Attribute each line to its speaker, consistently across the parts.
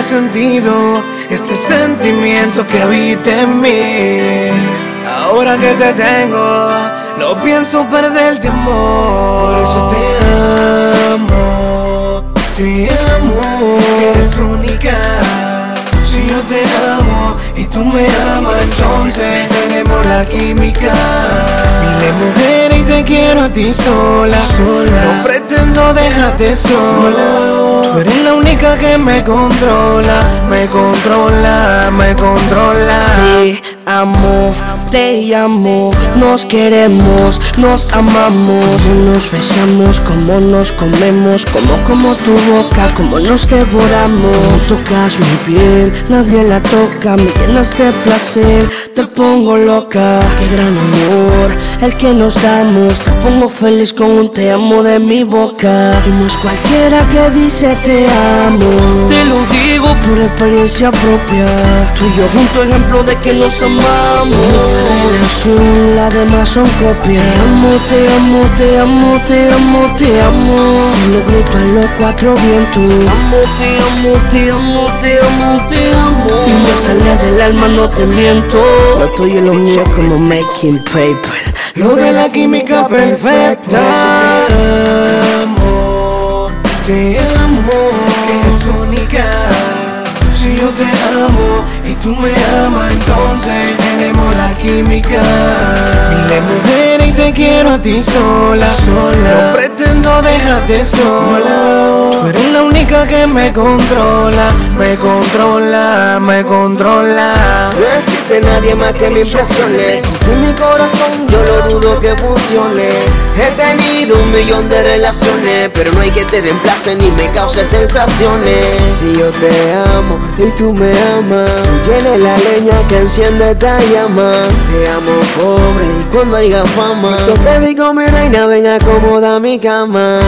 Speaker 1: sentido este sentimiento que habita en mí. Ahora que te tengo, no pienso perderte amor. Por eso te amo, te amo. Es que eres única. Si yo te amo y tú me amas, entonces tenemos la química. Mil mujeres y te quiero a ti sola. sola. No pretendo dejarte sola. Tú eres la única que me controla, me controla, me controla.
Speaker 2: Te amo, te llamo, nos queremos, nos amamos. Como nos besamos, como nos comemos, como como tu boca, como nos devoramos. Como tocas mi piel, nadie la toca, me llenas de placer, te pongo loca. Qué gran amor, el que nos damos, te pongo feliz con un te amo de mi boca. Y no es cualquiera que dice te amo, te lo digo por experiencia propia. Tú y yo juntos ejemplo de que nos amamos. Relación, la demás son copias. Te amo, te amo, te amo, te amo, te amo. Si lo grito a los cuatro vientos. Te amo, te amo, te amo, te amo, te amo. Y me sale del alma, no te miento. Lo tuyo y lo mío como making paper.
Speaker 1: Lo de la química perfecta. Por eso te amo, te amo. Es que eres única. Si yo te amo y tú me amas, entonces tenemos la química. Mil mujeres y te quiero a ti sola. Sola. No pretendo dejarte sola. Tú eres la única que me controla, me controla, me controla.
Speaker 3: No existe nadie más que me impresione. En mi corazón yo lo dudo que funcione. He tenido un millón de relaciones, pero no hay que te reemplace ni me cause sensaciones. Si yo te amo y tú me amas, tú tienes la leña que enciende esta llama. Te amo pobre y cuando haya fama, yo te digo mi reina, ven acomoda mi cama.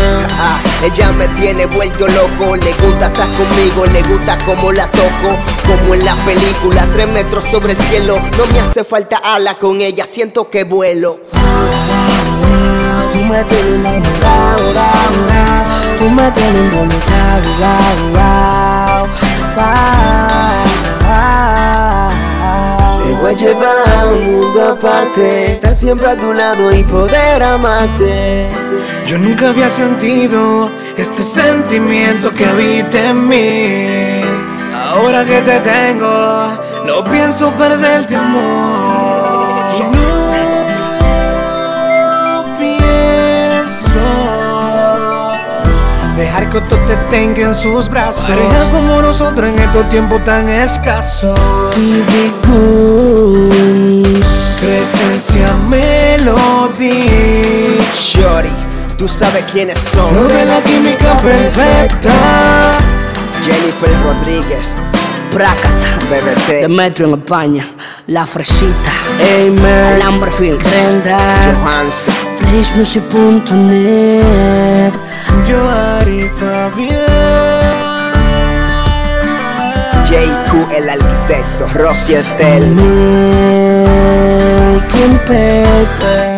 Speaker 4: Ah, ella me tiene vuelto loco, le gusta estar conmigo, le gusta como la toco, como en la película, tres metros sobre el cielo. No me hace falta ala con ella, siento que vuelo.
Speaker 2: Tú me tienes enamorado, rao, rao. tú me tienes involucrado, rao, rao. Rao, rao.
Speaker 3: Te voy a llevar a un mundo aparte, estar siempre a tu lado y poder amarte.
Speaker 1: Yo nunca había sentido este sentimiento que habita en mí. Ahora que te tengo, no pienso perderte amor. Yo no pienso dejar que otro te tenga en sus brazos. Parejas como nosotros en estos tiempos tan escasos.
Speaker 2: TV Goons.
Speaker 1: Presencia melodía.
Speaker 4: Shorty, tú sabes quiénes son.
Speaker 1: Lo de la química perfecta.
Speaker 4: Jennifer Rodríguez, Prakata,
Speaker 2: De
Speaker 4: BBT,
Speaker 2: metro en España, La Fresita,
Speaker 4: Amen,
Speaker 2: Alambre Films, Renda,
Speaker 4: Johansson.
Speaker 2: PlaceMusic.net.
Speaker 1: Yo Ari Fabián.
Speaker 4: JQ el arquitecto, Rosy Estel.
Speaker 2: Making paper.